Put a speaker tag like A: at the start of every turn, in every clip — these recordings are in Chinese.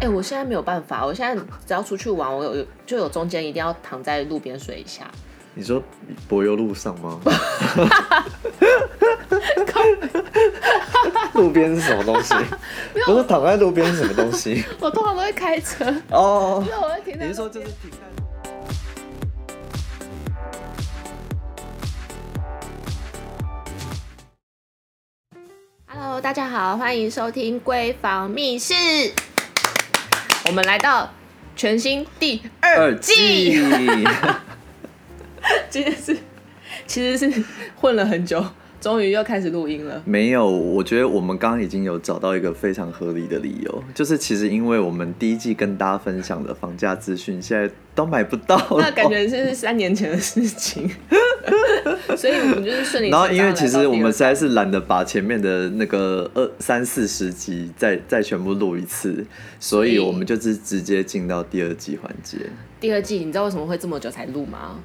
A: 哎、我现在没有办法，我现在只要出去玩，我有就有中间一定要躺在路边睡一下。
B: 你说柏油路上 吗？路边是什么东西？不是躺在路边是什么东西？
A: 我通常都会开车，
B: 哦，
A: 那我会停在
B: 你是说
A: 路
B: 就
A: 边
B: 是停在？
A: Hello，大家好，欢迎收听《闺房密室》，我们来到全新第二
B: 二
A: 季。
B: 季，
A: 今天是其实是混了很久，终于又开始录音了。
B: 没有，我觉得我们刚刚已经有找到一个非常合理的理由，就是其实因为我们第一季跟大家分享的房价资讯，现在都买不到了
A: 那感觉是三年前的事情， 所以我们就是顺理成章地来到第二季。
B: 然后，因为其实我们实在是懒得把前面的那个二三四十集再再全部录一次，所以
A: 所以
B: 我们就是直接进到第二季环节。
A: 第二季，你知道为什么会这么久才录吗？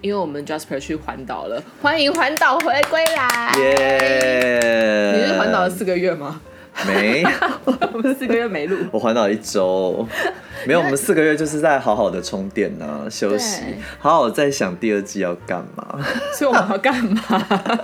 A: 因为我们 Jasper 去环岛了，欢迎环岛回归啦！
B: 耶、
A: 你是环岛了四个月吗？
B: 没？
A: 我们四个月没录。
B: 我环岛一周，没有。我们四个月就是在好好的充电啊，休 息
A: 对，
B: 好好在想第二季要干嘛。
A: 所以我们要干 嘛？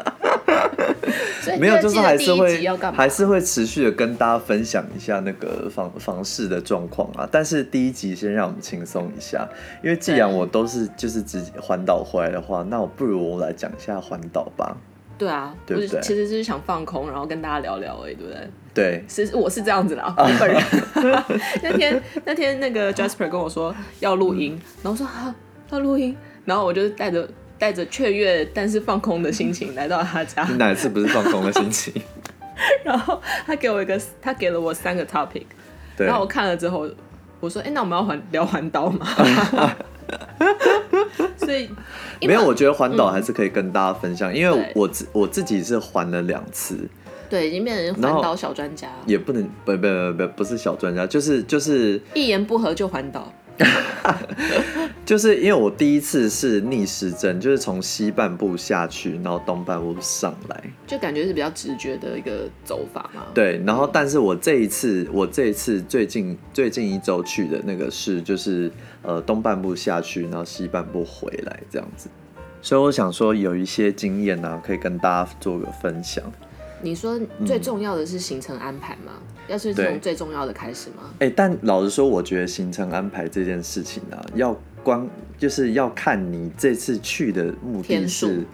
A: 所以第
B: 没有，
A: 二
B: 就
A: 季
B: 是
A: 的
B: 还
A: 第
B: 是
A: 一集
B: 会
A: 要干嘛
B: 还？是会持续的跟大家分享一下那个房房市的状况啊。但是第一集先让我们轻松一下，因为既然
A: 对
B: 我都是就是直接环岛回来的话，那我不如我来讲一下环岛吧。
A: 对啊，
B: 对不
A: 我就
B: 对
A: 其实就是想放空，然后跟大家聊聊而已，对不对？
B: 对，
A: 是我是这样子啦，
B: 啊
A: 我本人。 那天那天那个 Jasper 跟我说要录音，然后我说啊要录音，然后我就带着带着雀跃但是放空的心情来到他家，
B: 你哪一次不是放空的 心情？
A: 然后他给我一个他给了我三个 topic，
B: 对，
A: 然后我看了之后我说哎、那我们要环聊环岛吗？ 所以嗯
B: 没有，我觉得环岛还是可以跟大家分享，因为
A: 对
B: 我自我自己是环了两次，
A: 对已经变成
B: 然
A: 环
B: 后
A: 岛小专家，
B: 也不能不不不不不是小专家，就是就是
A: 一言不合就环岛。
B: 就是因为我第一次是逆时针，就是从西半部下去，然后东半部上来。
A: 就感觉是比较直觉的一个走法嘛。，
B: 对，然后但是我这一次，我这一次最近最近一周去的那个是，就是呃东半部下去，然后西半部回来这样子。所以我想说，有一些经验啊，可以跟大家做个分享。
A: 你说最重要的是行程安排吗？要是从
B: 嗯对
A: 最重要的开始吗？
B: 哎、但老实说，我觉得行程安排这件事情啊，要光就是要看你这次去的目的
A: 天数
B: 是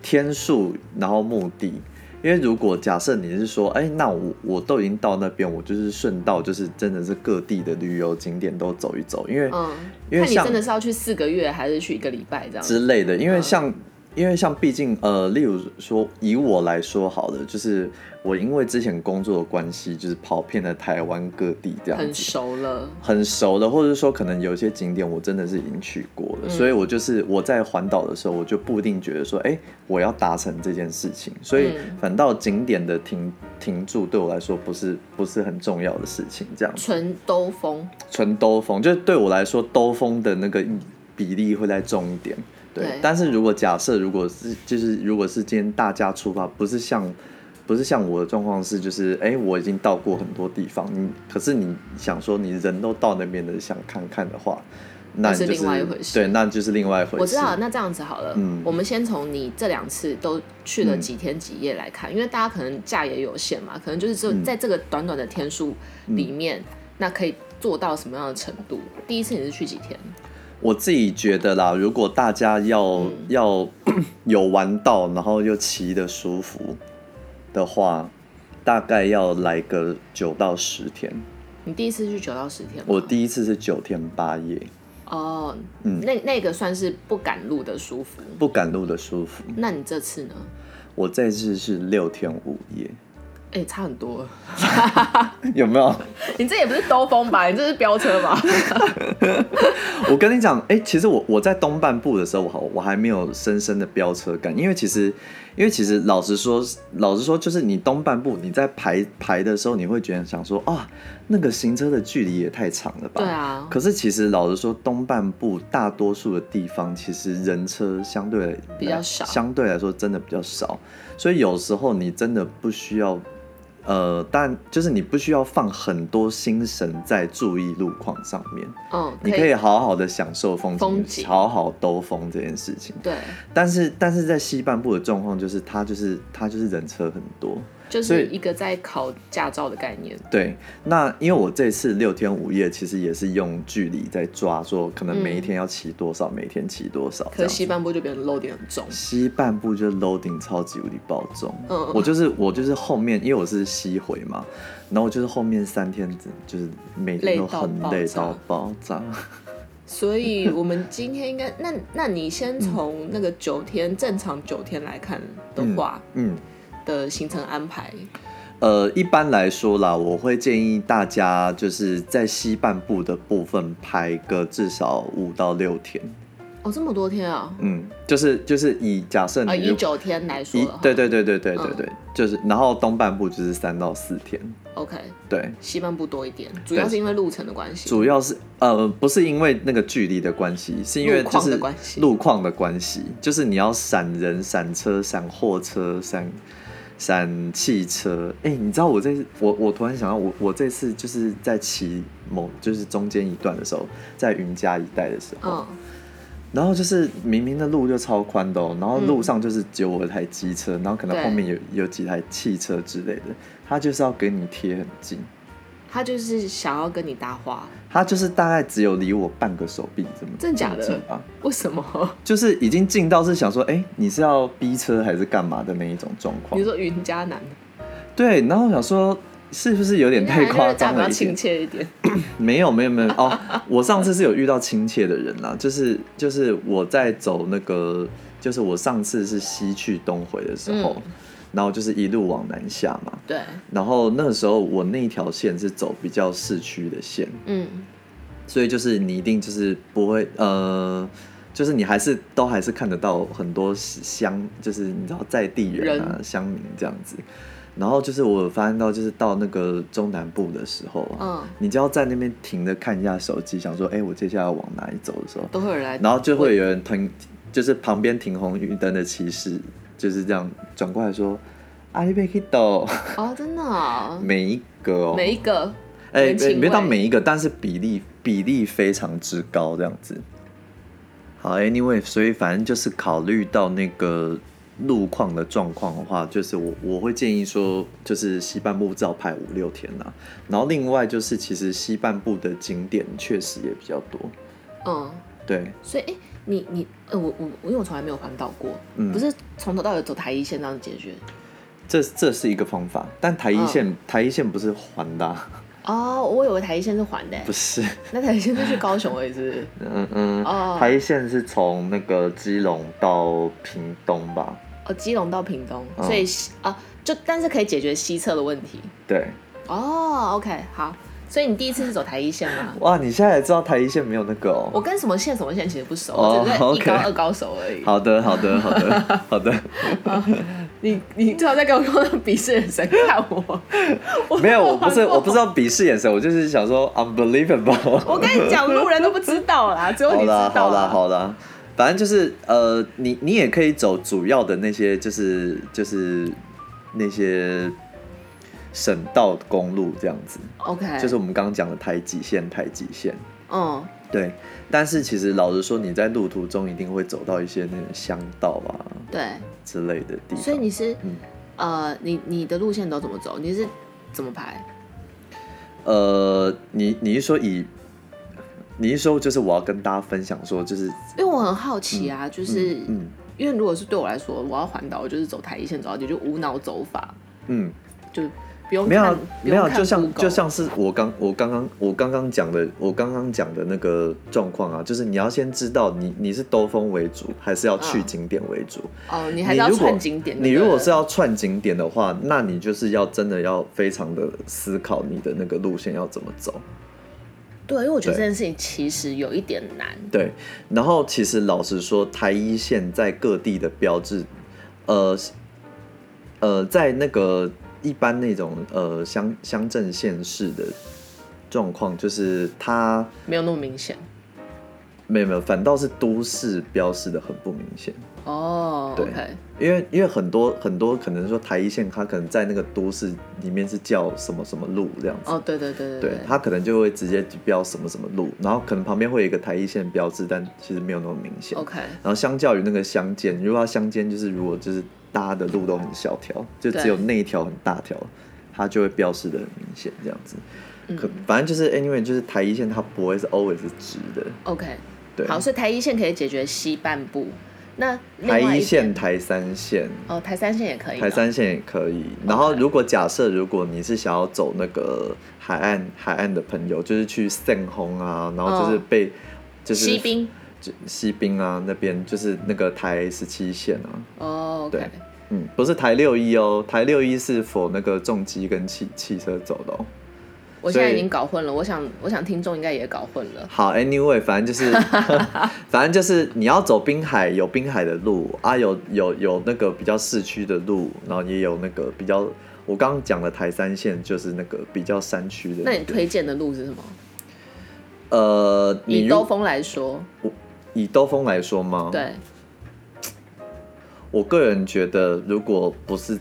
B: 天数，然后目的。因为如果假设你是说，哎、那我我都已经到那边，我就是顺道，就是真的是各地的旅游景点都走一走，因为、
A: 嗯，
B: 因为
A: 看你
B: 像
A: 真的是要去四个月还是去一个礼拜这样。
B: 之类的，因为
A: 嗯
B: 像。因为像毕竟呃，例如说以我来说好了，就是我因为之前工作的关系，就是跑遍了台湾各地这样子，
A: 很熟了，
B: 很熟的，或者说可能有一些景点我真的是已经去过了，
A: 嗯
B: 所以我就是我在环岛的时候，我就不一定觉得说，哎、我要达成这件事情，所以
A: 嗯
B: 反倒景点的停停驻对我来说不是不是很重要的事情，这样子
A: 纯兜风。
B: 纯兜风，就是对我来说兜风的那个比例会再重一点。对，
A: 对
B: 但是如果假设如果是就是如果是今天大家出发，不是像不是像我的状况是就是哎、我已经到过很多地方，你可是你想说你人都到那边的想看看的话，那
A: 那
B: 你
A: 是
B: 就是
A: 另外一回事
B: 对，那就是另外一回事。
A: 我知道了，那这样子好了，
B: 嗯
A: 我们先从你这两次都去了
B: 嗯
A: 几天几夜来看，因为大家可能假也有限嘛，可能就是只有
B: 嗯
A: 在这个短短的天数里面，那可以做到什么样的程度？第一次你是去几天？
B: 我自己觉得啦，如果大家要、要有玩到，然后又骑的舒服的话，大概要来个九到十天。
A: 你第一次去九到十天吗？
B: 我第一次是九天八夜，
A: 哦，
B: 嗯
A: 那那个算是不赶路的舒服。
B: 不赶路的舒服。
A: 那你这次呢？
B: 我这次是六天五夜，
A: 哎、差很多。
B: 有没有？
A: 你这也不是兜风吧？你这是飙车 吧？
B: 我跟你讲，哎、其实我我在东半部的时候，我好我还没有深深的飙车感，因为其实，因为其实老实说，老实说，就是你东半部你在排排的时候，你会觉得想说啊，那个行车的距离也太长了吧？
A: 对啊，
B: 可是其实老实说，东半部大多数的地方其实人车相对来呃
A: 比较少
B: 相对来说真的比较少，所以有时候你真的不需要呃，但就是你不需要放很多心神在注意路况上面，
A: 嗯，
B: 你可以好好的享受风景，
A: 风景
B: 好好兜风这件事情。
A: 对，
B: 但是，但是在西半部的状况就是，它就是它就是人车很多，
A: 就
B: 所
A: 是
B: 以
A: 一个在考驾照的概念。
B: 对，那因为我这次六天五夜，其实也是用距离在抓，说可能每一天要骑多少，每一天骑多少这
A: 可
B: 样
A: 是
B: 子。
A: 西半部就变得 load 点很重，
B: 西半部就是 loading 超级无敌爆重，
A: 嗯
B: 我就是我就是后面，因为我是西回嘛，然后我就是后面三天只就是每天都很累
A: 累到
B: 到爆炸。
A: 所以我们今天应该，那那你先从那个九天正常九天来看的话
B: 嗯，
A: 的行程安排，
B: 呃，一般来说啦，我会建议大家就是在西半部的部分排个至少五到六天，
A: 哦，这么多天啊，
B: 嗯，就是就是以假设
A: 呃，
B: 你
A: 以
B: 如
A: 九天来说
B: 嗯一
A: 的话，
B: 对对对对对对
A: 嗯
B: 对，就是然后东半部就是三到四天，
A: ，OK，
B: 对，
A: 西半部多一点，主要是因为路程的关系，
B: 主要是呃不是因为那个距离的关系，是因为
A: 路
B: 就
A: 况的
B: 是
A: 关系
B: 路况的关系，就是你要闪人、闪车、闪货车、闪闪汽车。哎、你知道我这我我突然想到我，我这次就是在骑某就是中间一段的时候，在云嘉一带的时候，
A: 嗯，
B: 然后就是明明的路就超宽的、哦，然后路上就是只有我一台机车，然后可能
A: 对
B: 后面有有几台汽车之类的，它就是要给你贴很近，
A: 他就是想要跟你搭话，
B: 它就是大概只有离我半个手臂这么
A: 真的假的
B: 这么近吧，
A: 为什么？
B: 就是已经近到是想说，哎、你是要逼车还是干嘛的那一种状况
A: 你？说云嘉南，
B: 对，然后我想说。是不是有点太夸张
A: 比
B: 了
A: 较
B: 一
A: 亲
B: 点？
A: 切一点，
B: 没有没有没有哦，我上次是有遇到亲切的人啦，就是就是我在走那个，就是我上次是西去东回的时候，
A: 嗯
B: 然后就是一路往南下嘛，
A: 对，
B: 然后那时候我那一条线是走比较市区的线，
A: 嗯，
B: 所以就是你一定就是不会呃，就是你还是都还是看得到很多乡，就是你知道在地人啊乡民这样子。然后就是我发现到，就是到那个中南部的时候啊，
A: 嗯
B: 你就要在那边停着看一下手机，想说，哎，我接下来要往哪里走的时候，
A: 都会有人来，
B: 然后就会有人停，就是旁边停红绿灯的骑士就是这样转过来说，啊阿里贝克豆，
A: 哦，真的啊，
B: 每一个哦，
A: 每一个，
B: 哎、
A: 人情
B: 没没到
A: 味
B: 每一个，但是比例比例非常之高，这样子。好，anyway，所以反正就是考虑到那个路况的状况的话，就是我我会建议说，就是西半部至少排五六天啦、然后另外就是，其实西半部的景点确实也比较多，
A: 嗯。
B: 对，
A: 所以，哎、你你呃，我我因为我从来没有环岛过，
B: 嗯
A: 不是从头到尾走台一线这样解决。
B: 这这是一个方法。但台一线、台一线不是环的啊、
A: 哦，我以为台一线是环的欸，
B: 不是，
A: 那台一线是去高雄而已，是不 是？
B: 嗯嗯，
A: 哦
B: 台一线是从那个基隆到屏东吧？
A: 哦，基隆到屏东，
B: 嗯
A: 所以西啊，就但是可以解决西侧的问题。
B: 对。
A: 哦，OK，好，所以你第一次是走台一线吗？
B: 哇，你现在才知道台一线没有那个哦。
A: 我跟什么线什么线其实不熟，
B: 哦
A: 我只是一
B: OK
A: 高二高熟而已。
B: 好的，好的，好 的，好的。
A: 你你最好再给我用那种鄙视眼神看我。
B: 没有，我不是，我不知道鄙视眼神，我就是想说 unbelievable。
A: 我跟你讲，路人都不知道啦，只有你
B: 好
A: 知
B: 啦，
A: 道啊
B: 好啦，
A: 啦。
B: 好啦。反正就是呃，你你也可以走主要的那些，就是就是那些省道公路这样子，
A: OK，
B: 就是我们刚刚讲的台几线、台几线。
A: 嗯，
B: 对，但是其实老实说，你在路途中一定会走到一些那种乡道啊
A: 对，
B: 之类的地方。
A: 所以你是
B: 嗯
A: 呃，你你的路线都怎么走？你是怎么排？
B: 呃，你你是说以，你是说就是我要跟大家分享说，就是
A: 因为我很好奇啊，就是、
B: 嗯
A: 因为如果是对我来说，我要环岛，我就是走台一线走到底，就无脑走法，
B: 嗯，
A: 就不用
B: 没有
A: 看
B: 啊
A: 不
B: 没
A: 用
B: 有啊，
A: 看
B: 就像
A: Google
B: 就像是我刚我刚刚我刚刚讲的我刚刚讲的那个状况啊，就是你要先知道你你是兜风为主，还是要去
A: 嗯
B: 景点为主。
A: 哦，你
B: 你
A: 还是要
B: 如果
A: 串景点就
B: 你
A: 对了。
B: 如果是要串景点的话，那你就是要真的要非常的思考你的那个路线要怎么走。
A: 对，因为我觉得这
B: 对
A: 件事情其实有一点难。
B: 对，然后其实老实说，台一线在各地的标志，呃，呃，在那个一般那种呃乡乡镇县市的状况，就是它
A: 没有那么明显
B: 没有没有，反倒是都市标示的很不明显。
A: 哦
B: 对
A: ，OK，
B: 因为因为很多很多可能说台一线，它可能在那个都市里面是叫什么什么路这样子，
A: 哦，对对对
B: 对，它可能就会直接标什么什么路，然后可能旁边会有一个台一线标志，但其实没有那么明显。
A: ，OK，
B: 然后相较于那个乡间，如果它乡间就是如果就是大家的路都很小条，就
A: 对
B: 只有那一条很大条，它就会标示的很明显这样子。
A: 嗯
B: 可反正就是 anyway，就是台一线它不会是 always 是直的，
A: OK，
B: 对。
A: 好，所以台一线可以解决西半部，那另
B: 台
A: 外
B: 一
A: 一
B: 线、台三线、
A: 哦，台三线也可以的，
B: 台三线也可以。然后，如果假设如果你是想要走那个海岸海岸的朋友，就是去圣红啊，然后就是
A: 哦
B: 被、就是
A: 西滨
B: 就西滨啊那边，就是那个台十七线啊，
A: 哦，OK，
B: 对嗯，不是台六一哦，台六一是否那个重机跟汽汽车走的、哦。
A: 我现在
B: 所以
A: 已经搞混了，我想我想听众应该也搞混了，
B: 好，anyway，反正 就是， 反正就是你要走滨海，有滨海的路啊，有有有那个比较市区的路，然后也有那个比较，我刚刚讲的台三线就是那个比较山区的。
A: 那你推荐的路是什么？
B: 呃，你
A: 以
B: 如哦
A: 兜风来说，
B: 以兜风来说吗？，
A: 对，
B: 我个人觉得，如果不是，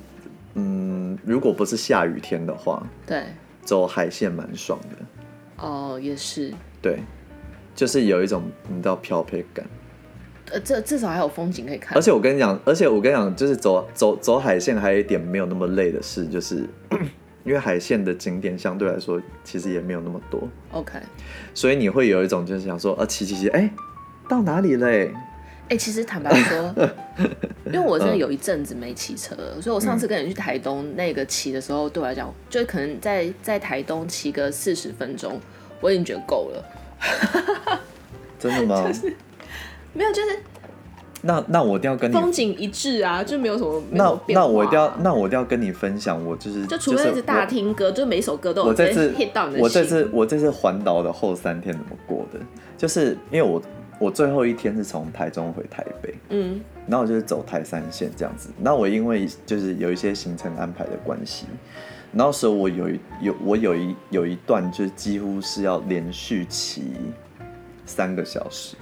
B: 嗯，如果不是下雨天的话，
A: 对，
B: 走海线蛮爽的。
A: 哦，也是，
B: 对，就是有一种你知道漂泊感。
A: 呃，这至少还有风景可以看
B: 而，且我跟你讲，而且我跟你讲，就是走走走海线，还有一点没有那么累的事，就是 因为海线的景点相对来说其实也没有那么多，
A: OK，哎、
B: 所以你会有一种就是想说，啊，骑骑骑，哎、到哪里嘞？
A: 其实坦白说， 因为我真的有一阵子没骑车了，所以我上次跟你去台东那个骑的时候，对我来讲，就可能在在台东骑个四十分钟，我已经觉得够了。
B: 真的 吗？
A: 没有，就是
B: 那那我一定要跟你，
A: 风景一致啊，就没有什么没有什么
B: 嗯那
A: 变化
B: 那
A: 啊
B: 我一定要，那我一定要跟你分享，我就是
A: 就除非一直大
B: 就是
A: 听歌，就每一首歌都
B: 我我
A: 有
B: 这
A: 直接
B: 次
A: hit 到你的心。
B: 我这次我这次环岛的后三天怎么过的？就是因为我我最后一天是从台中回台北，
A: 嗯
B: 然后我就是走台三线这样子。那我因为就是有一些行程安排的关系，然后所以我有一有我有一有一段就是几乎是要连续骑三个小时。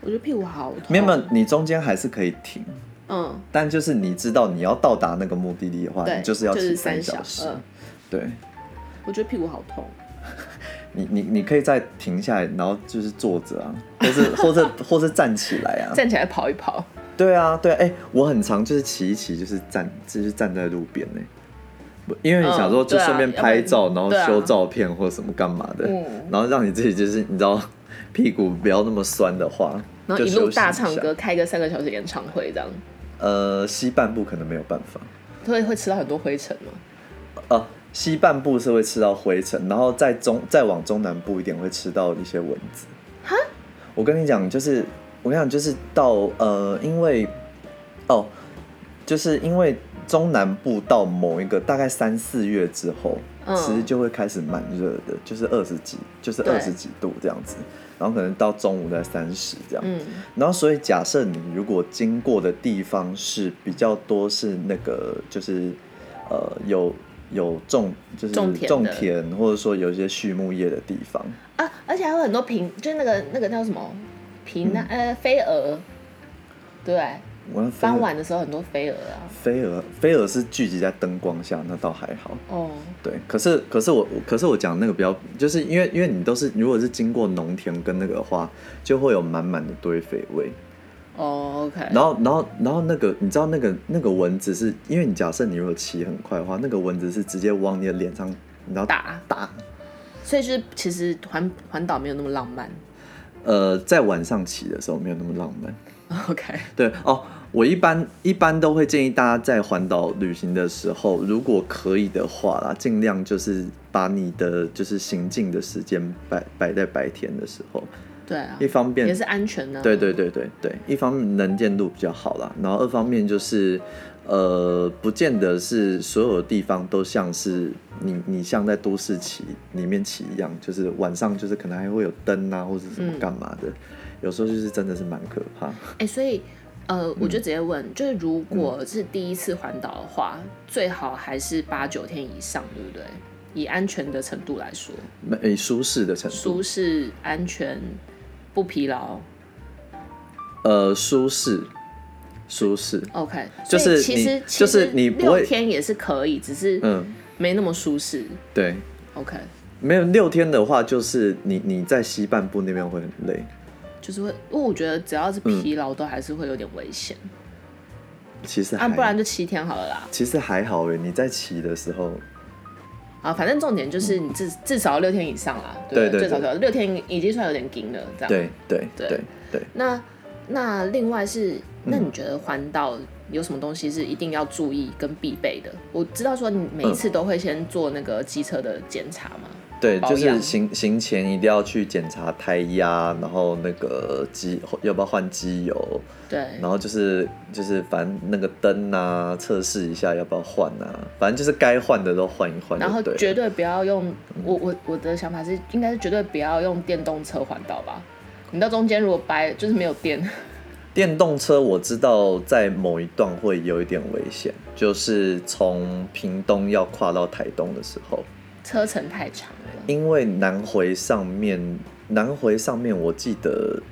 A: 我觉得屁股好痛。
B: 没有，没有你中间还是可以停，
A: 嗯，
B: 但就是你知道你要到达那个目的地的话，
A: 对，
B: 你就是要骑
A: 三
B: 三小时。
A: 嗯
B: 对，
A: 我觉得屁股好痛。
B: 你你你可以再停下来，然后就是坐着啊，或是或是或是站起来啊。
A: 站起来跑一跑，
B: 对啊，对啊，哎、我很常就是骑一骑，就是站，就是站在路边呢、不因为你想说
A: 嗯
B: 就
A: 对啊
B: 顺便拍照，然
A: 要
B: 后
A: 不然啊
B: 修照片或什么干嘛的，
A: 嗯
B: 然后让你自己就是你知道屁股不要那么酸的话，
A: 然后一
B: 就休
A: 路
B: 息下
A: 大唱歌，。开个三个小时演唱会，这样
B: 呃，西半部可能没有办法，
A: 会会吃到很多灰尘吗？
B: 呃，西半部是会吃到灰尘，然后再中再往中南部一点会吃到一些蚊子。我跟你讲，就是我跟你讲，就是到呃，因为哦，就是因为中南部到某一个大概三四月之后，
A: 嗯
B: 其实就会开始蛮热的，就是二十几，就是
A: 对
B: 二十几度这样子，然后可能到中午在三十这样。
A: 嗯，
B: 然后，所以假设你如果经过的地方是比较多是那个，就是呃有有种就是
A: 种田的
B: 种田，或者说有一些畜牧业的地方，
A: 啊，而且还有很多平，就是那个那个叫什么平那、呃飞蛾，对不对，
B: 我要嗯飞
A: 傍
B: 蛾
A: 晚的时候很多飞蛾啊。
B: 飞蛾飞蛾是聚集在灯光下，那倒还好。
A: 哦，
B: 对，可是可是我可是我讲那个比较，就是因为因为你都是如果是经过农田跟那个的话，就会有满满的堆肥味。
A: 哦，OK，
B: 然后，然后，然后那个，你知道那个那个蚊子是，因为你假设你如果骑很快的话，那个蚊子是直接往你的脸上，你知道
A: 打，
B: 打。
A: 所以就是其实环环岛没有那么浪漫。
B: 呃，在晚上骑的时候没有那么浪漫。
A: OK，
B: 对哦，我一般一般都会建议大家在环岛旅行的时候，如果可以的话啦，尽量就是把你的就是行进的时间摆摆在白天的时候，
A: 对啊
B: 一，方面
A: 也是安全啊呢、
B: 对对对对对，一方面能见度比较好啦，然后二方面就是，呃，不见得是所有地方都像是你你像在都市骑里面骑一样，就是晚上就是可能还会有灯啊，或者什么
A: 嗯
B: 干嘛的，有时候就是真的是蛮可怕。
A: 哎、所以呃，我
B: 嗯
A: 就直接问，就是如果是第一次环岛的话，最好还是八九天以上，对不对？以安全的程度来说，
B: 没诶舒适的程度，
A: 舒适、安全、不疲劳。
B: 呃，舒适，舒适，
A: OK，
B: 就
A: 所以
B: 是
A: 其
B: 你
A: 实
B: 就
A: 其
B: 是
A: 实
B: 你不
A: 六
B: 会
A: 天也是可以，只是
B: 嗯，
A: 没那么舒适。
B: 对，
A: OK，
B: 没有六天的话，就是你你在西半部那边会很累，
A: 就是会，因为我觉得只要是
B: 嗯
A: 疲劳，都还是会有点危险。
B: 其实还、
A: 啊，不然就七天好了啦。
B: 其实还好哎，你在骑的时候，
A: 啊，反正重点就是你至至少要六天以上啦，
B: 对
A: 不
B: 嗯对
A: 最少
B: 对
A: 最少六天已经算有点紧了，这样。。
B: 对对
A: 对
B: 对对，
A: 那那另外是，
B: 嗯
A: 那你觉得环岛有什么东西是一定要注意跟必备的？我知道说你每一
B: 嗯
A: 次都会先做那个机车的检查嘛，
B: 对，
A: 保
B: 就是
A: 养
B: 行行前一定要去检查胎压，然后那个机要不要换机油，
A: 对
B: 然后就是就是反正那个灯啊，测试一下要不要换啊，反正就是该换的都换一换就
A: 然后
B: 对了，嗯
A: 绝对不要用，我我我的想法是，应该是绝对不要用电动车环岛吧。你到中间如果掰就是没有电，
B: 电动车我知道在某一段会有一点危险，就是从屏东要跨到台东的时候，
A: 车程太长了，
B: 因为南回上面，南回上面我记得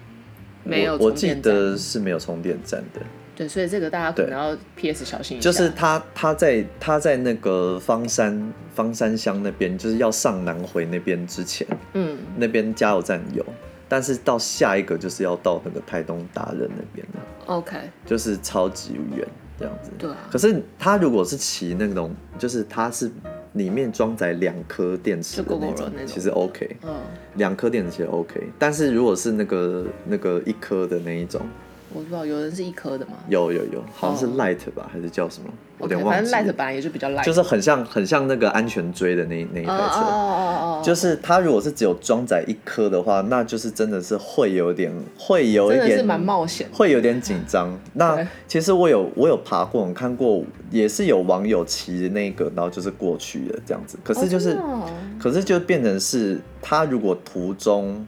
A: 没有
B: 我我
A: 充
B: 记
A: 电站。
B: 得是没有充电站的，
A: 对，所以这个大家可
B: 对
A: 能要 PS 小心一下。
B: 就是他他在他在那个方山方山乡那边，就是要上南回那边之前，
A: 嗯，
B: 那边加油站有，但是到下一个就是要到那个台东达人那边了，
A: OK，
B: 就是超级远这样子。
A: 对啊
B: 可是他如果是骑那种，就是它是里面装载两颗电池的
A: 就 GoGoRo
B: 那种
A: 那，种
B: 其实 OK，
A: 嗯，
B: 两颗电池其实 OK。但是如果是那个那个一颗的那一种，
A: 我不知道有人是一颗的吗？
B: 有有有，好像是
A: 哦
B: Light 吧，还是叫什么？我有
A: OK，
B: 点
A: 反
B: 忘
A: 正
B: 记
A: Light
B: 了。
A: 本来也就比较 Light，
B: 就是很像很像那个安全锥的那那一
A: 哦
B: 台
A: 哦
B: 车，
A: 哦哦哦，
B: 就是它如果是只有装载一颗的话，那就是真的是会有点会有一
A: 真的
B: 点
A: 是蛮冒险的。
B: 会有点紧张。那
A: 对
B: 其实我有我有爬过，我看过，也是有网友骑那个，然后就是过去了这样子。可是就是，
A: 哦真的哦
B: 可是就变成是他如果途中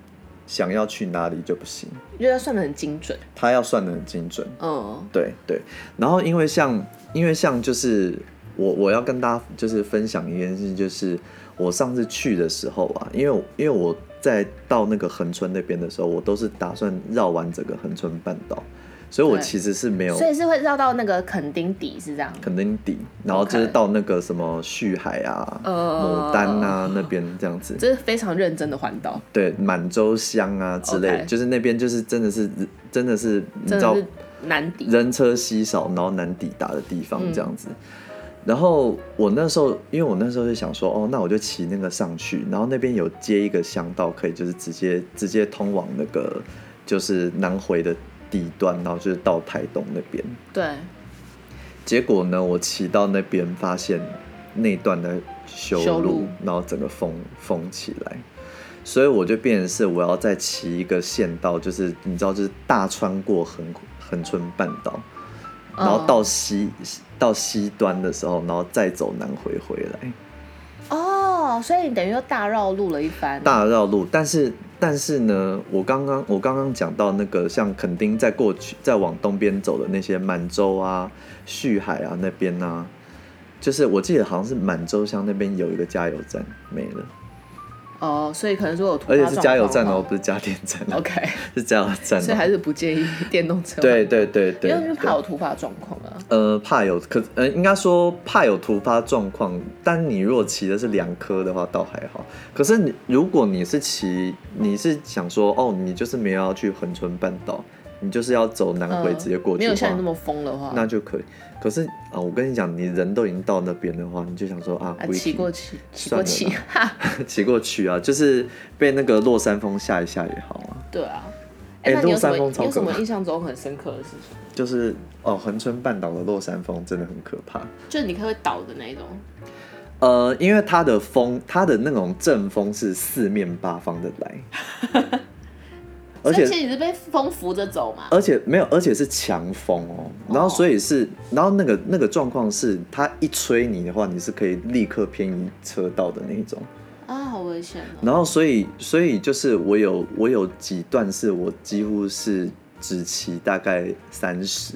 B: 想要去哪里就不行，
A: 我觉得算的很精准，
B: 他要算的很精准。
A: 嗯，
B: 对对，然后因为像因为像就是我我要跟大家就是分享一件事，就是我上次去的时候啊，因为因为我在到那个恒春那边的时候，我都是打算绕完整个恒春半岛，所以我
A: 对
B: 其实是没有
A: 所以是会绕到那个垦丁底是这样。
B: 嗯垦丁底，然后就是
A: OK
B: 到那个什么旭海啊、牡
A: 呃
B: 丹啊那边这样子，
A: 这是非常认真的环岛，
B: 对，满洲乡啊之类的
A: OK
B: 就是那边就是真的是真的是你知
A: 真
B: 道
A: 的是难敌。
B: 人车稀少，然后难抵达的地方这样子。然后我那时候，因为我那时候就想说，哦，那我就骑那个上去，然后那边有接一个乡道，可以就是直接直接通往那个就是南回的底端，然后就是到台东那边。
A: 对，
B: 结果呢，我骑到那边发现那段的修路，
A: 修路
B: 然后整个封封起来，所以我就变成是我要再骑一个县道，就是你知道，就是大穿过横横村半岛，
A: 嗯
B: 然后到西、到西端的时候，然后再走南回回来，
A: 哦，所以你等于又大绕路了一番。
B: 大绕路。但是但是呢，我刚刚我刚刚讲到那个像垦丁再过去再往东边走的那些满洲啊、旭海啊那边啊，就是我记得好像是满洲乡那边有一个加油站没了，
A: 哦，所以可能说有突发
B: 而且是加油
A: 状
B: 站哦，
A: 况
B: 不是加电站 哦，
A: OK，
B: 是加油站
A: 所以还
B: 哦。
A: 是不建议电动车。
B: 对，对对对，
A: 因为就
B: 对
A: 怕有突发状况啊。
B: 呃，怕有可呃，应该说怕有突发状况。但你如果骑的是两颗的话，倒还好。可是你如果你是骑，你是想说哦，你就是没有要去恒春半岛，你就是要走南回
A: 嗯
B: 直接过去
A: 没有
B: 的
A: 像
B: 话，
A: 你那么疯的话，
B: 那就可以。可是啊、我跟你讲，你人都已经到那边的话，你就想说啊，
A: 啊
B: 不一
A: 骑
B: 定
A: 过去，骑
B: 算
A: 过
B: 了
A: 去，
B: 啦
A: 哈，
B: 骑过去啊，就是被那个落山风吓一吓也好啊。
A: 对啊。
B: 哎
A: 哎，那你有
B: 陆山
A: 什么
B: 风超
A: 你有什
B: 可
A: 么
B: 怕
A: 印象中很深刻的事情？
B: 就是哦，恒春半岛的落山风真的很可怕。
A: 就是你可能会倒的那一种。
B: 呃，因为它的风，它的那种阵风是四面八方的来，
A: 所
B: 而
A: 以
B: 且
A: 其实你是被风扶着走嘛。
B: 而且没有，而且是强风哦。然后所以是，然后那个那个状况是，它一吹你的话，你是可以立刻偏移车道的那一种。
A: 啊，好危险哦。
B: 然后所以所以就是我有我有几段是我几乎是只骑大概三十。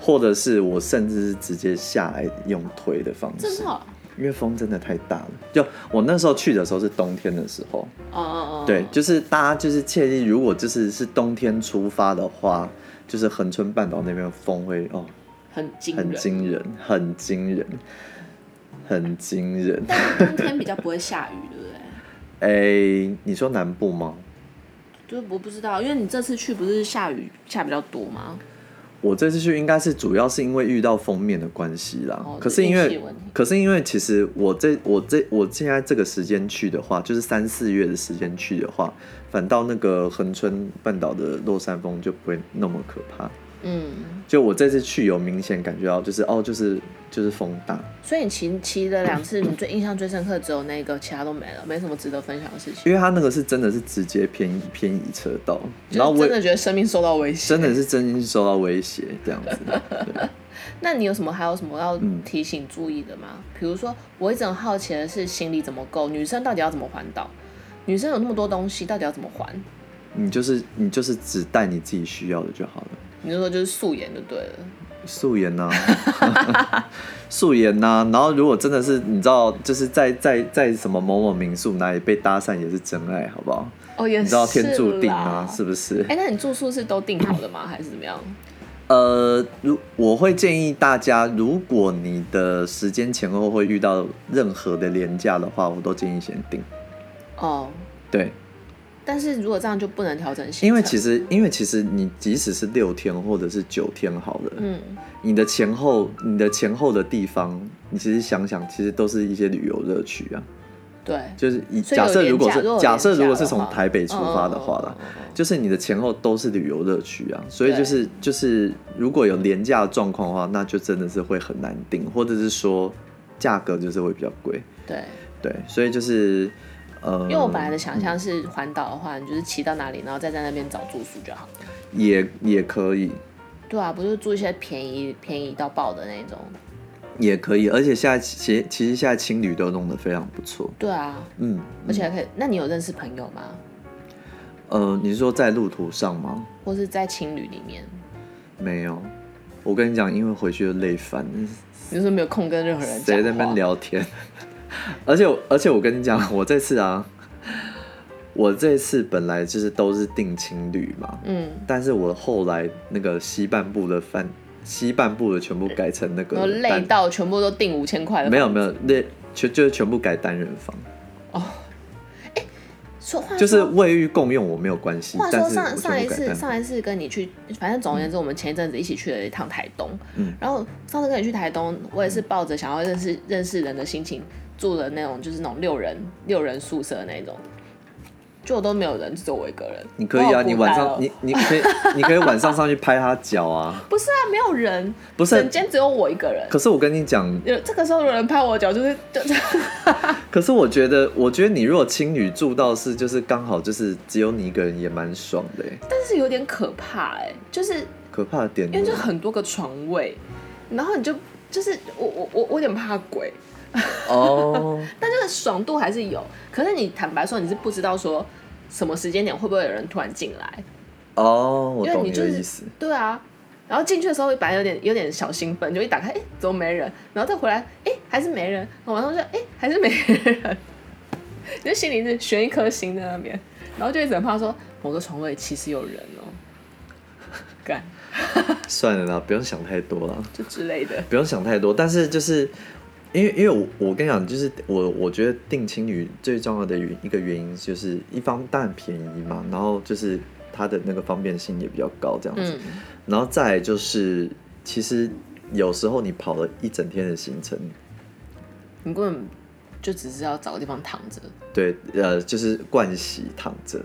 B: 或者是我甚至是直接下来用推的方
A: 真
B: 式
A: 的，哦，
B: 因为风真的太大了。就我那时候去的时候是冬天的时候，
A: 哦哦哦，
B: 对，就是大家就是切记，如果就是是冬天出发的话，就是恒春半岛那边的风会哦，
C: 很惊
B: 很
C: 人。
B: 惊人，很惊人，很惊人。
A: 但是冬天比较不会下雨，对不对？
B: 哎、你说南部吗？
A: 就是我不知道，因为你这次去不是下雨下比较多吗？
B: 我这次去应该是主要是因为遇到封面的关系啦，
A: 哦
B: 可是因
A: 运气
B: 为
A: 问题
B: 可是因为其实我这我这我现在这个时间去的话，就是三四月的时间去的话，反倒那个恒春半岛的落山风就不会那么可怕。
A: 嗯，
B: 就我这次去有明显感觉到，就是哦，就是就是风大，
A: 所以你骑骑了两次，你最印象最深刻只有那个，其他都没了，没什么值得分享的事情。
B: 因为它那个是真的是直接偏移偏移车道，然后
A: 就是
B: 我
A: 真
B: 也
A: 的觉得生命受到威胁。
B: 真的是真心受到威胁这样子。对
A: 那你有什么还有什么要
B: 嗯
A: 提醒注意的吗？比如说，我一直很好奇的是行李怎么够，女生到底要怎么环岛？女生有那么多东西，到底要怎么环？
B: 你就是你就是只带你自己需要的就好了。
A: 你就说就是素颜就对了。
B: 素颜呐、 素颜呐、然后如果真的是你知道，就是在在在什么某某民宿哪里被搭讪也是真爱，好不好？
A: 哦，也
B: 你知道天注定啊，
A: 啦
B: 是不是？
A: 哎、那你住宿是都订好的吗？还是怎么样？
B: 呃，如我会建议大家，如果你的时间前后会遇到任何的廉价的话，我都建议先定。
A: 哦，
B: 对，
A: 但是如果这样就不能调整行程，
B: 因为其
A: 啊
B: 实因为其实你即使是六天或者是九天好了，
A: 嗯，
B: 你的前后你的前后的地方，你其实想想，其实都是一些旅游热区啊。
A: 对，
B: 就是以
A: 所以有
B: 假设如果
A: 廉价
B: 是
A: 如果有
B: 假设
A: 廉价
B: 如果是
A: 的话
B: 从台北出发的话啦，
A: 嗯嗯嗯嗯嗯
B: 就是你的前后都是旅游乐区啊，所以
A: 对
B: 就是就是如果有廉价的状况的话，那就真的是会很难定，或者是说价格就是会比较贵，
A: 对，
B: 对，所以就是呃，
A: 因为我本来的想象是环岛的话，你就是骑到哪里，然后再在那边找住宿就好。
B: 也也可以
A: 对啊，不就是住一些便宜便宜到爆的那种。
B: 也可以，而且现在其其实现在青旅都弄得非常不错，
A: 对啊，
B: 嗯，
A: 而且还可以。那你有认识朋友吗？
B: 呃，你是说在路途上吗？
A: 或是在情侣里面，
B: 没有，我跟你讲，因为回去就累烦了。
A: 你是没有空跟任何人讲
B: 谁在那边
A: 话？
B: 聊天？而且我而且我跟你讲，我这次啊，我这次本来就是都是定情侣嘛，
A: 嗯，
B: 但是我后来那个西半部的饭，西半部的全部改成那
A: 然后
B: 个
A: 哦累
B: 单，
A: 到全部都订五千块了。
B: 没有没有累，全就是全部改单人房，
A: 嗯说话说
B: 就是卫浴共用我没有关系
A: 话，
B: 但
A: 说
B: 是我
A: 上上
B: 全
A: 一
B: 部改单
A: 次
B: 人
A: 上
B: 房。
A: 一次跟你去，反正总而言之，我们前一阵子一起去了一趟台东。
B: 嗯
A: 然后上次跟你去台东，我也是抱着想要认识认识人的心情，住了那种就是那种六人六人宿舍那种，就我都没有人，只有我一个人。
B: 你可以
A: 我
B: 啊，
A: 好孤
B: 你晚
A: 单哦
B: 上你你可以你可以晚上上去拍他脚啊，
A: 不是啊，没有人，
B: 不
A: 整
B: 是？
A: 间只有我一个人。
B: 可是我跟你讲，
A: 有这个时候有人拍我脚，就是就
B: 可是我觉得，我觉得你如果青旅住到是，就是刚好就是只有你一个人也蛮爽的欸。
A: 但是有点可怕哎、就是
B: 可怕的点
A: 因为就很多个床位，然后你就就是我我我我有点怕鬼，
B: 哦，
A: 但这个爽度还是有。可是你坦白说，你是不知道说什么时间点会不会有人突然进来，
B: 哦，我
A: 因为
B: 懂
A: 你
B: 你
A: 就
B: 的
A: 是
B: 意思。
A: 对啊。然后进去的时候，本来有点有点小兴奋，就一打开，哎，怎么没人？然后再回来，哎，还是没人。我晚上就，哎，还是没人。你就心里是悬一颗心在那边，然后就一直很怕说某个床位其实有人哦，干
B: 算了啦，不用想太多了，
A: 就之类的。
B: 不用想太多。但是就是因为因为我我跟你讲，就是我我觉得定青旅最重要的原一个原因就是一方当然便宜嘛，然后就是它的那个方便性也比较高这样子，
A: 嗯，
B: 然后再来就是其实有时候你跑了一整天的行程，
A: 你根本就只是要找个地方躺着，
B: 对，呃，就是盥洗躺 着，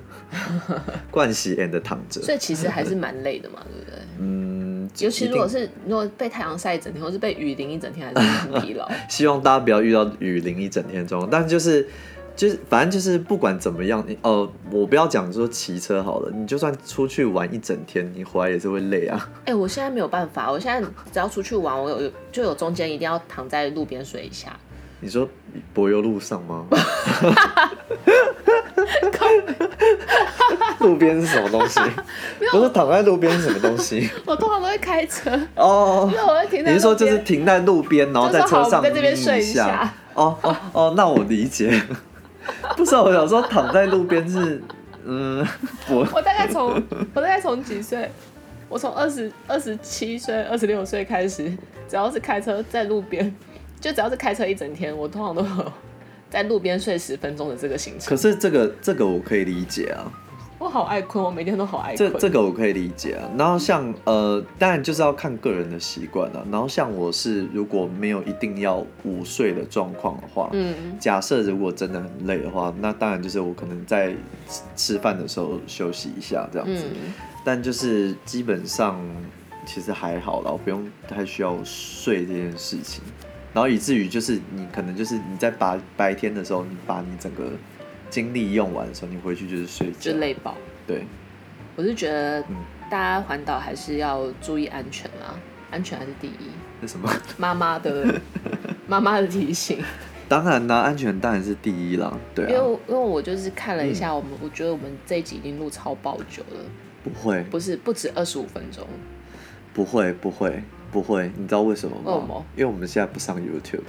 B: 盥洗 and 躺着，
A: 所以其实还是蛮累的嘛，对不对？
B: 嗯，
A: 尤其
B: 一定
A: 如果是如果被太阳晒一整天，或是被雨淋一整天，还是很疲劳。
B: 希望大家不要遇到雨淋一整天的状况，但就是就是反正就是不管怎么样，你呃，我不要讲说骑车好了，你就算出去玩一整天，你回来也是会 累啊。
A: 哎、我现在没有办法，我现在只要出去玩，我有就有中间一定要躺在路边睡一下。
B: 你说柏油路上吗？ 路边是什么东西？不是躺在路边是什么东西？
A: 我通常都会开车，
B: 哦，
A: 哎那我会停在路边。
B: 你是说就是停在路边，然后在车
A: 就说好
B: 上
A: 我们在这边睡
B: 眯
A: 一
B: 一
A: 下？
B: 哦哦哦，那我理解。 不是，我想说躺在路边是，嗯，我
A: 我大概从我大概从几岁，我从二十二十七岁、二十六岁开始，只要是开车在路边，就只要是开车一整天，我通常都有在路边睡十分钟的这个行程。
B: 可是这个这个我可以理解啊，
A: 我好爱困，我每天都好爱
B: 这
A: 困。
B: 这个我可以理解啊。然后像呃，当然就是要看个人的习惯了。然后像我是如果没有一定要午睡的状况的话，
A: 嗯，
B: 假设如果真的很累的话，那当然就是我可能在吃吃饭的时候休息一下这样子。
A: 嗯
B: 但就是基本上其实还好啦，我不用太需要睡这件事情。然后以至于就是你可能就是你在白白天的时候，你把你整个精力用完的时候，你回去就是睡觉
A: 就。累爆。
B: 对，
A: 我是觉得
B: 嗯
A: 大家环岛还是要注意安全啊，安全还是第一。
B: 那什么？
A: 妈妈 的妈妈的提醒，
B: 当然啦，安全当然是第一啦。对
A: 因为
B: 啊，嗯
A: 我因为我就是看了一下，我们、我觉得我们这一集已经录超爆久了，
B: 不会，
A: 不是不止二十五分 钟，
B: 不会，不会，不会。你知道为什么吗？
A: 为什么
B: 因为我们现在不上 YouTube。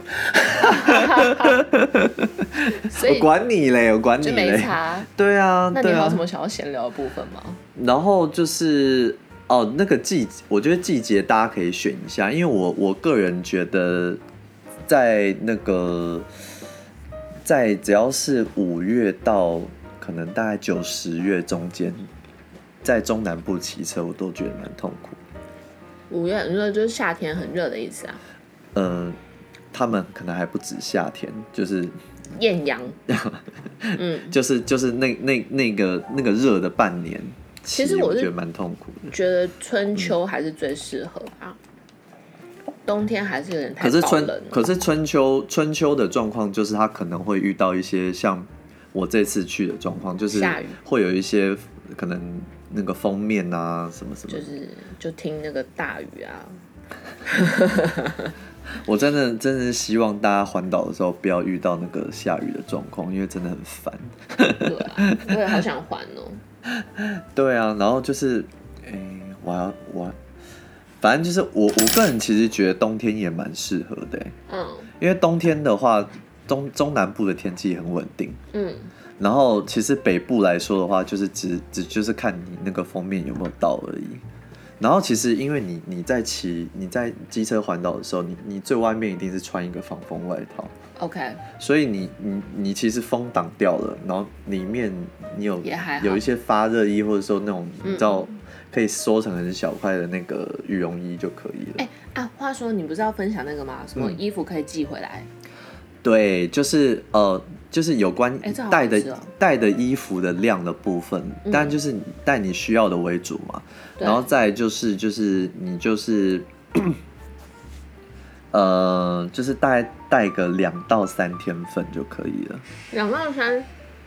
A: 所
B: 我
A: 以
B: 管你嘞，我管你
A: 就没
B: 嘞。
A: 差。
B: 对啊，
A: 那你
B: 对
A: 还有
B: 啊
A: 什。么想要闲聊的部分吗？
B: 然后就是哦，那个季，我觉得季节大家可以选一下，因为我我个人觉得，在那个在只要是五月到可能大概九十月中间，在中南部骑车，我都觉得蛮痛苦。
A: 五月很热，就是夏天很热的意思啊。
B: 嗯、他们可能还不止夏天，就是
A: 艳 阳，嗯，
B: 就是就是那那那个那个热的半年，
A: 其实
B: 骑
A: 我是
B: 觉得蛮痛苦的。
A: 觉得春秋还是最适合啊，冬天还是有点太
B: 可是
A: 暴
B: 春
A: 冷了。
B: 可是春秋春秋的状况就是它可能会遇到一些像我这次去的状况，就是
A: 下雨
B: 会有一些可能那个封面啊什么什么，
A: 就是就听那个大雨啊，
B: 我真的真的是希望大家环岛的时候不要遇到那个下雨的状况，因为真的很烦。
A: 对啊，我也好想还哦。
B: 对啊，然后就是，哎、我要我要，反正就是我我个人其实觉得冬天也蛮适合的、欸
A: 嗯
B: 因为冬天的话，中中南部的天气很稳定。
A: 嗯，
B: 然后其实北部来说的话，就是只只就是看你那个封面有没有到而已。然后其实因为你你在骑你在机车环岛的时候，你你最外面一定是穿一个防风外套，
A: OK，
B: 所以你你你其实风挡掉了，然后里面你有
A: 也还好嗯
B: 有一些发热衣或者说那种你知道可以缩成很小块的那个羽绒衣就可以了。
A: 哎、啊，话说你不是要分享那个吗？什么
B: 嗯
A: 衣服可以寄回来？
B: 对，就是呃，就是有关
A: 哎这好
B: 带
A: 好
B: 的
A: 吃哦
B: 带的衣服的量的部分，
A: 嗯
B: 当然就是你带你需要的为主嘛。
A: 对
B: 然后再就是就是你就是， 呃，就是大概带个两到三天份就可以了。
A: 两到三，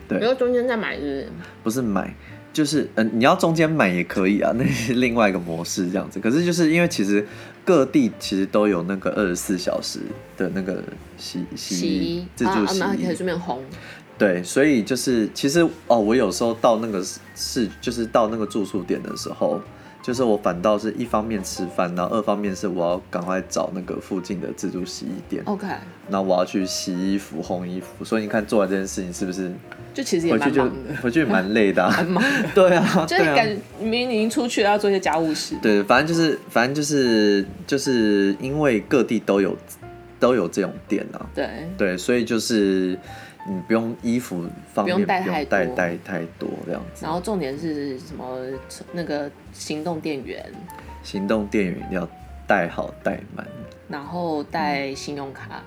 B: 对
A: 你说中间再买是
B: 不是买，就是嗯、呃你要中间买也可以啊， 那是另外一个模式这样子。可是就是因为其实各地其实都有那个二十四小时的那个洗
A: 不是
B: 洗
A: 洗
B: 衣
A: 衣
B: 自
A: 啊
B: 助
A: 啊，
B: 洗
A: 那
B: 衣
A: 可以顺便烘。
B: 对，所以就是其实哦，我有时候到那个是就是到那个住宿点的时候，就是我反倒是一方面吃饭，然后二方面是我要赶快找那个附近的自助洗衣店，
A: OK，
B: 那、我要去洗衣服、烘衣服。所以你看做完这件事情是不是
A: 就其实也
B: 回去
A: 蛮
B: 就
A: 忙的，
B: 回去蛮累的、啊？
A: 忙的
B: 对 啊，
A: 就是
B: 对啊
A: 感觉明明已经出去了，要做一些家务事。
B: 对，反正就是，反正就是，就是因为各地都有都有这种店啊，
A: 对，
B: 对，所以就是你不用衣服方面
A: 不用带太
B: 带
A: 多
B: 带太多这样子
A: 然。后重点是什么？那个行动电源，
B: 行动电源要带好带满。
A: 然后带信用 卡，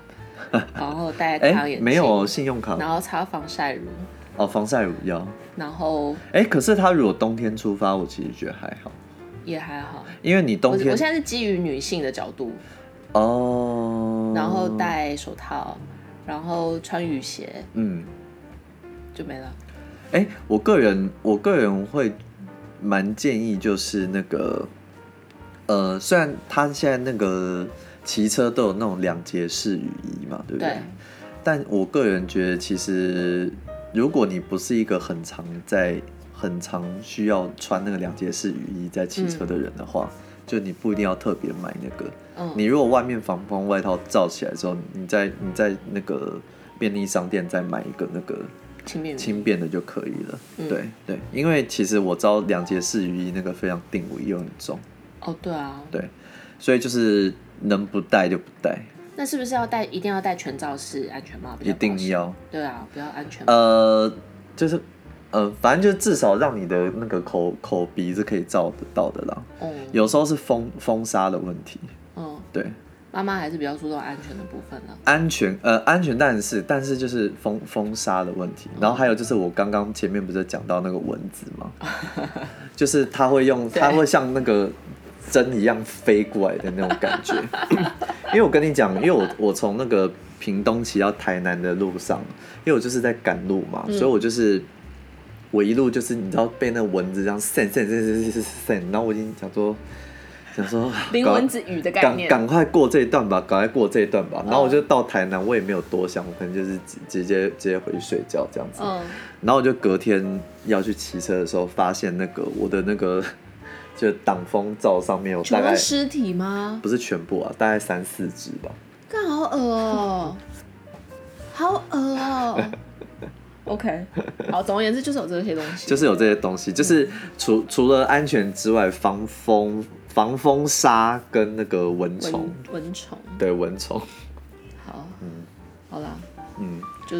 A: 然后带太阳眼
B: 哎，
A: 镜，
B: 没有，信用卡
A: 然后擦防晒乳，
B: 哦，防晒乳要。
A: 然后
B: 哎，可是它如果冬天出发，我其实觉得还好，
A: 也还好。
B: 因为你
A: 我
B: 冬
A: 我
B: 天
A: 现在是基于女性的角度，
B: 哦，
A: 然后戴手套，然后穿雨鞋
B: 嗯，
A: 就没了。
B: 哎，我个人我个人会蛮建议就是那个呃，虽然它现在那个骑车都有那种两节式雨衣嘛，对不
A: 对，
B: 但我个人觉得，其实如果你不是一个很常在、很常需要穿那个两节式雨衣在骑车的人的话，就你不一定要特别买那个。你
A: 嗯，
B: 如果外面防风外套罩起来之后，你在你在那个便利商店再买一个那个
A: 轻便
B: 轻便的就可以了。
A: 嗯
B: 对对，因为其实我知道两节式雨衣那个非常定位又很重，
D: 哦，对啊，
B: 对，所以就是能不戴就不戴，
D: 那是不是要戴一定要戴全罩式安全帽？
B: 一定。要。
D: 对啊，不要安全帽。
B: 呃，就是呃，反正就至少让你的那个口口鼻是可以照得到的啦。
D: 嗯
B: 有时候是封封杀的问题，
D: 嗯，
B: 对，
D: 妈妈还是比较注重安全的部分了。
B: 安全呃安全当然是，但是就是封封杀的问题。然后还有就是我刚刚前面不是讲到那个蚊子吗？就是它会用
D: 对
B: 它会像那个针一样飞过来的那种感觉。因为我跟你讲，因为我我从那个屏东骑到台南的路上，因为我就是在赶路嘛，所以我就是。我一路就是你知道被那蚊子这样扇扇扇扇扇扇，然后我已经想说想说
A: 淋
B: 搞
A: 蚊子雨的概
B: 赶
A: 念，嗯
B: 赶快过这一段吧，赶快过这一段吧。然后我就到台南，我也没有多想，我可能就是直直接直接回去睡觉这样子。
A: 嗯，
B: 然后我就隔天要去骑车的时候，发现那个我的那个 就挡风罩上面有大
A: 全
B: 概
A: 部尸体吗？
B: 不是全部啊，大概三四只吧。
A: 看好恶哦、好恶哦、OK，好， 总而言之就是有这些东西，
B: 就是有这些东西，就是除除了安全之外，防风、防风沙跟那个蚊虫
A: 蚊，蚊虫。
B: 对蚊虫，
A: 好，好啦，
B: 嗯。
A: 就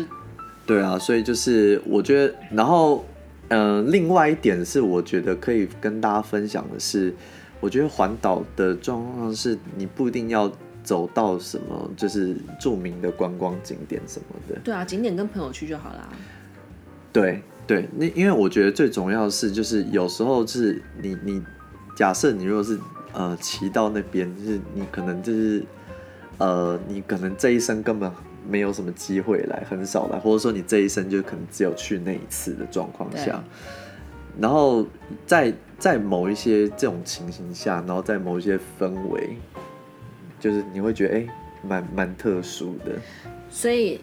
B: 对啊，所以就是我觉得，然后，呃，另外一点是，我觉得可以跟大家分享的是，我觉得环岛的状况是，你不一定要走到什么就是著名的观光景点什么的，
A: 对啊，景点跟朋友去就好啦。
B: 对对，那因为我觉得最重要的是，就是有时候是你你假设你如果是呃骑到那边，就是你可能就是呃你可能这一生根本没有什么机会来，很少来，或者说你这一生就可能只有去那一次的状况下，然后在在某一些这种情形下，然后在某一些氛围，就是你会觉得哎。蛮蛮特殊的，
A: 所以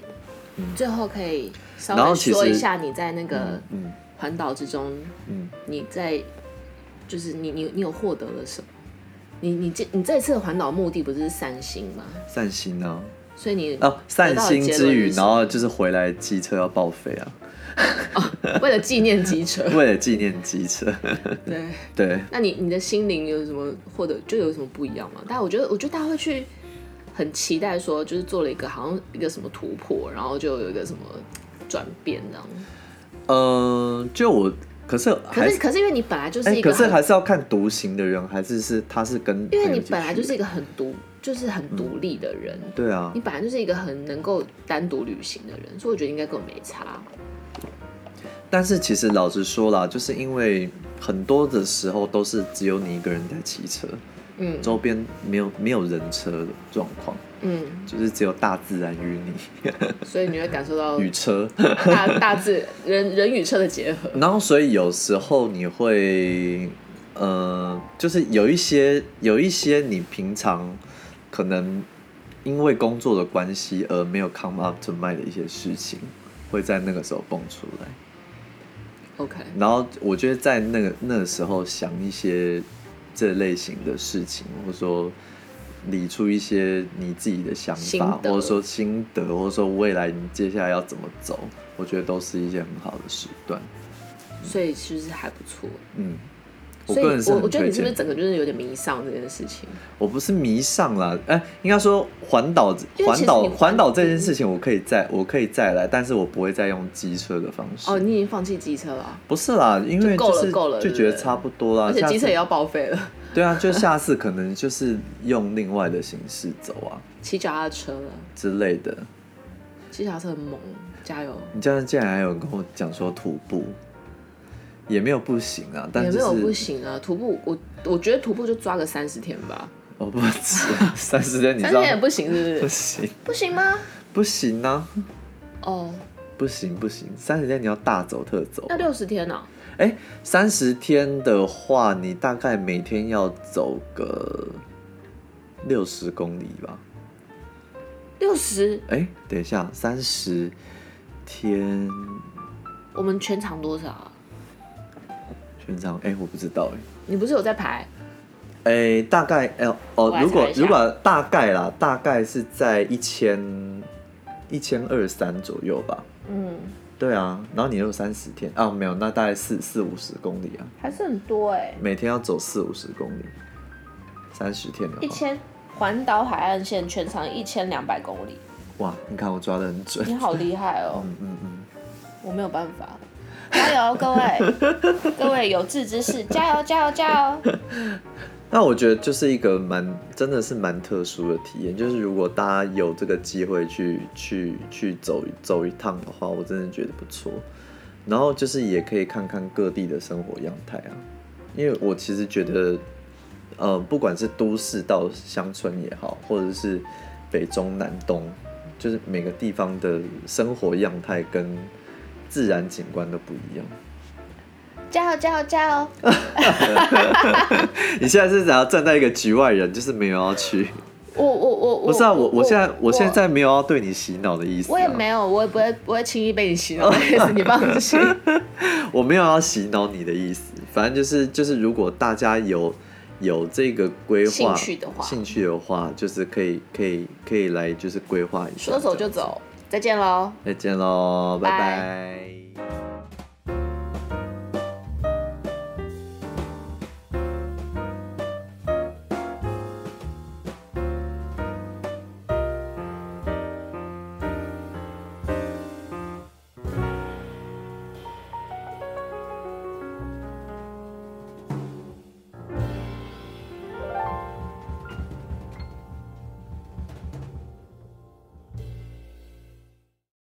A: 你最后可以稍
B: 然后
A: 微
B: 其
A: 说一
B: 实
A: 下你在那个
B: 嗯
A: 环岛之中，
B: 嗯，
A: 你在就是你你你有获得了什么？你你这你这一次的环岛目的不是散心吗？
B: 散心呢、
A: 所以你
B: 哦，散心之
A: 得到的结论
B: 余，
A: 是什
B: 然
A: 么
B: 后就是回来机车要报废啊，
A: 为了纪念机车，
B: 为了纪念机车。
A: 对，
B: 对，
A: 那你你的心灵有什么或者就有什么不一样吗？但我觉得我觉得大家会去很期待说，就是做了一个好像一个什么突破，然后就有一个什么转变这样。
B: 呃，就我，可是
A: 可
B: 还
A: 是可是因为你本来就是
B: 哎、
A: 一个
B: 可
A: 很
B: 是还是要看独行的人，还是是他是跟
A: 因为
B: 朋友
A: 你
B: 一起
A: 本来
B: 去
A: 就是一个很独，就是很
B: 嗯
A: 独立的人，
B: 对啊
A: 你，本来就是一个很能够单独旅行的人，所以我觉得应该跟我没差。
B: 但是其实老实说啦，就是因为很多的时候都是只有你一个人在骑车，
A: 嗯
B: 周边没有没有人车的状况，
A: 嗯，
B: 就是只有大自然与你
A: 所以你会感受到
B: 与车。
A: 大大自人人与车的结合。
B: 然后，所以有时候你会，呃，就是有一些有一些你平常可能因为工作的关系而没有 come up to mind 的一些事情，会在那个时候蹦出来。
A: OK，
B: 然后我觉得在那个那个时候想一些这类型的事情，或者说理出一些你自己的想
A: 心
B: 法，
A: 得
B: 或者说心得，或者说未来你接下来要怎么走，我觉得都是一件很好的时段。
A: 所以其实还不错。
B: 嗯，我
A: 所以
B: 个人是
A: 我
B: 很
A: 我觉得
B: 推
A: 你是
B: 荐
A: 不是整个就是有点迷上这件事情？
B: 我不是迷上啦，哎、应该说环岛
A: 因为其实
B: 环岛
A: 你
B: 环岛这件事情，我可以再我可以再来，但是我不会再用机车的方式。
A: 哦，你已经放弃机车了啊，
B: 不是啦，因为
A: 就够了
B: 是
A: 够了
B: 就
A: 对不
B: 觉
A: 对
B: 得差不多啦。
A: 而且
B: 下
A: 机车
B: 次
A: 也要报废了，
B: 对啊，就下次可能就是用另外的形式走啊
A: 骑脚踏车了，
B: 之类的。
A: 骑脚踏车很猛，加油！
B: 你这样竟然还有人跟我讲说徒步，也没有不行啊，但
A: 也没
B: 就
A: 有
B: 是
A: 不行啊，徒步我我觉得徒步就抓个三十天吧，
B: 我哦不止三十天，你
A: 三
B: 知
A: 十
B: 道
A: 天也不行是
B: 不
A: 不是？
B: 行
A: 不行吗？
B: 不行啊，
A: 哦，
B: 不行不行，三十天你要大走特走。
A: 那六十天呢、哦
B: 哎，三十天的话，你大概每天要走个六十公里吧？
A: 六十，
B: 哎，等一下，三十天
A: 我们全场多少啊？
B: 全长，哎，我不知道哎。
A: 你不是有在排？
B: 哎，大概哎
A: 我
B: 哦，
A: 来
B: 如果
A: 查一下
B: 如果大概啦，大概是在一千一千二三左右吧。
A: 嗯，
B: 对啊，然后你又三十天啊，没有，那大概四四五十公里啊，
A: 还是很多哎、
B: 每天要走四五十公里。三十天的
A: 一
B: 话，
A: 千环岛海岸线全长一千两百公里，
B: 哇，你看我抓的很准
A: 你，好厉害 哦！
B: 嗯嗯嗯，
A: 我没有办法，加油各位， 各位有志之士，加油加油加油！
B: 那我觉得就是一个蛮，真的是蛮特殊的体验。就是如果大家有这个机会去去去走走一趟的话，我真的觉得不错。然后就是也可以看看各地的生活样态啊，因为我其实觉得，呃，不管是都市到乡村也好，或者是北中南东，就是每个地方的生活样态跟自然景观都不一样。
A: 加油加油加油！
B: 你现在是想要站在一个局外人，就是没有要去。
A: 我我我我
B: 不是啊，我我现在我现在没有要对你洗脑的意思、啊，
A: 我也没有，我也不会不会轻易被你洗脑，你放 心。
B: 我没有要洗脑你的意思，反正就是就是，如果大家有有这个规划
A: 兴趣的话
B: 兴趣的话就是可以可以可以来就是规划一下，
A: 说走就走，再见喽。
B: 再见喽，拜
A: 拜
B: 拜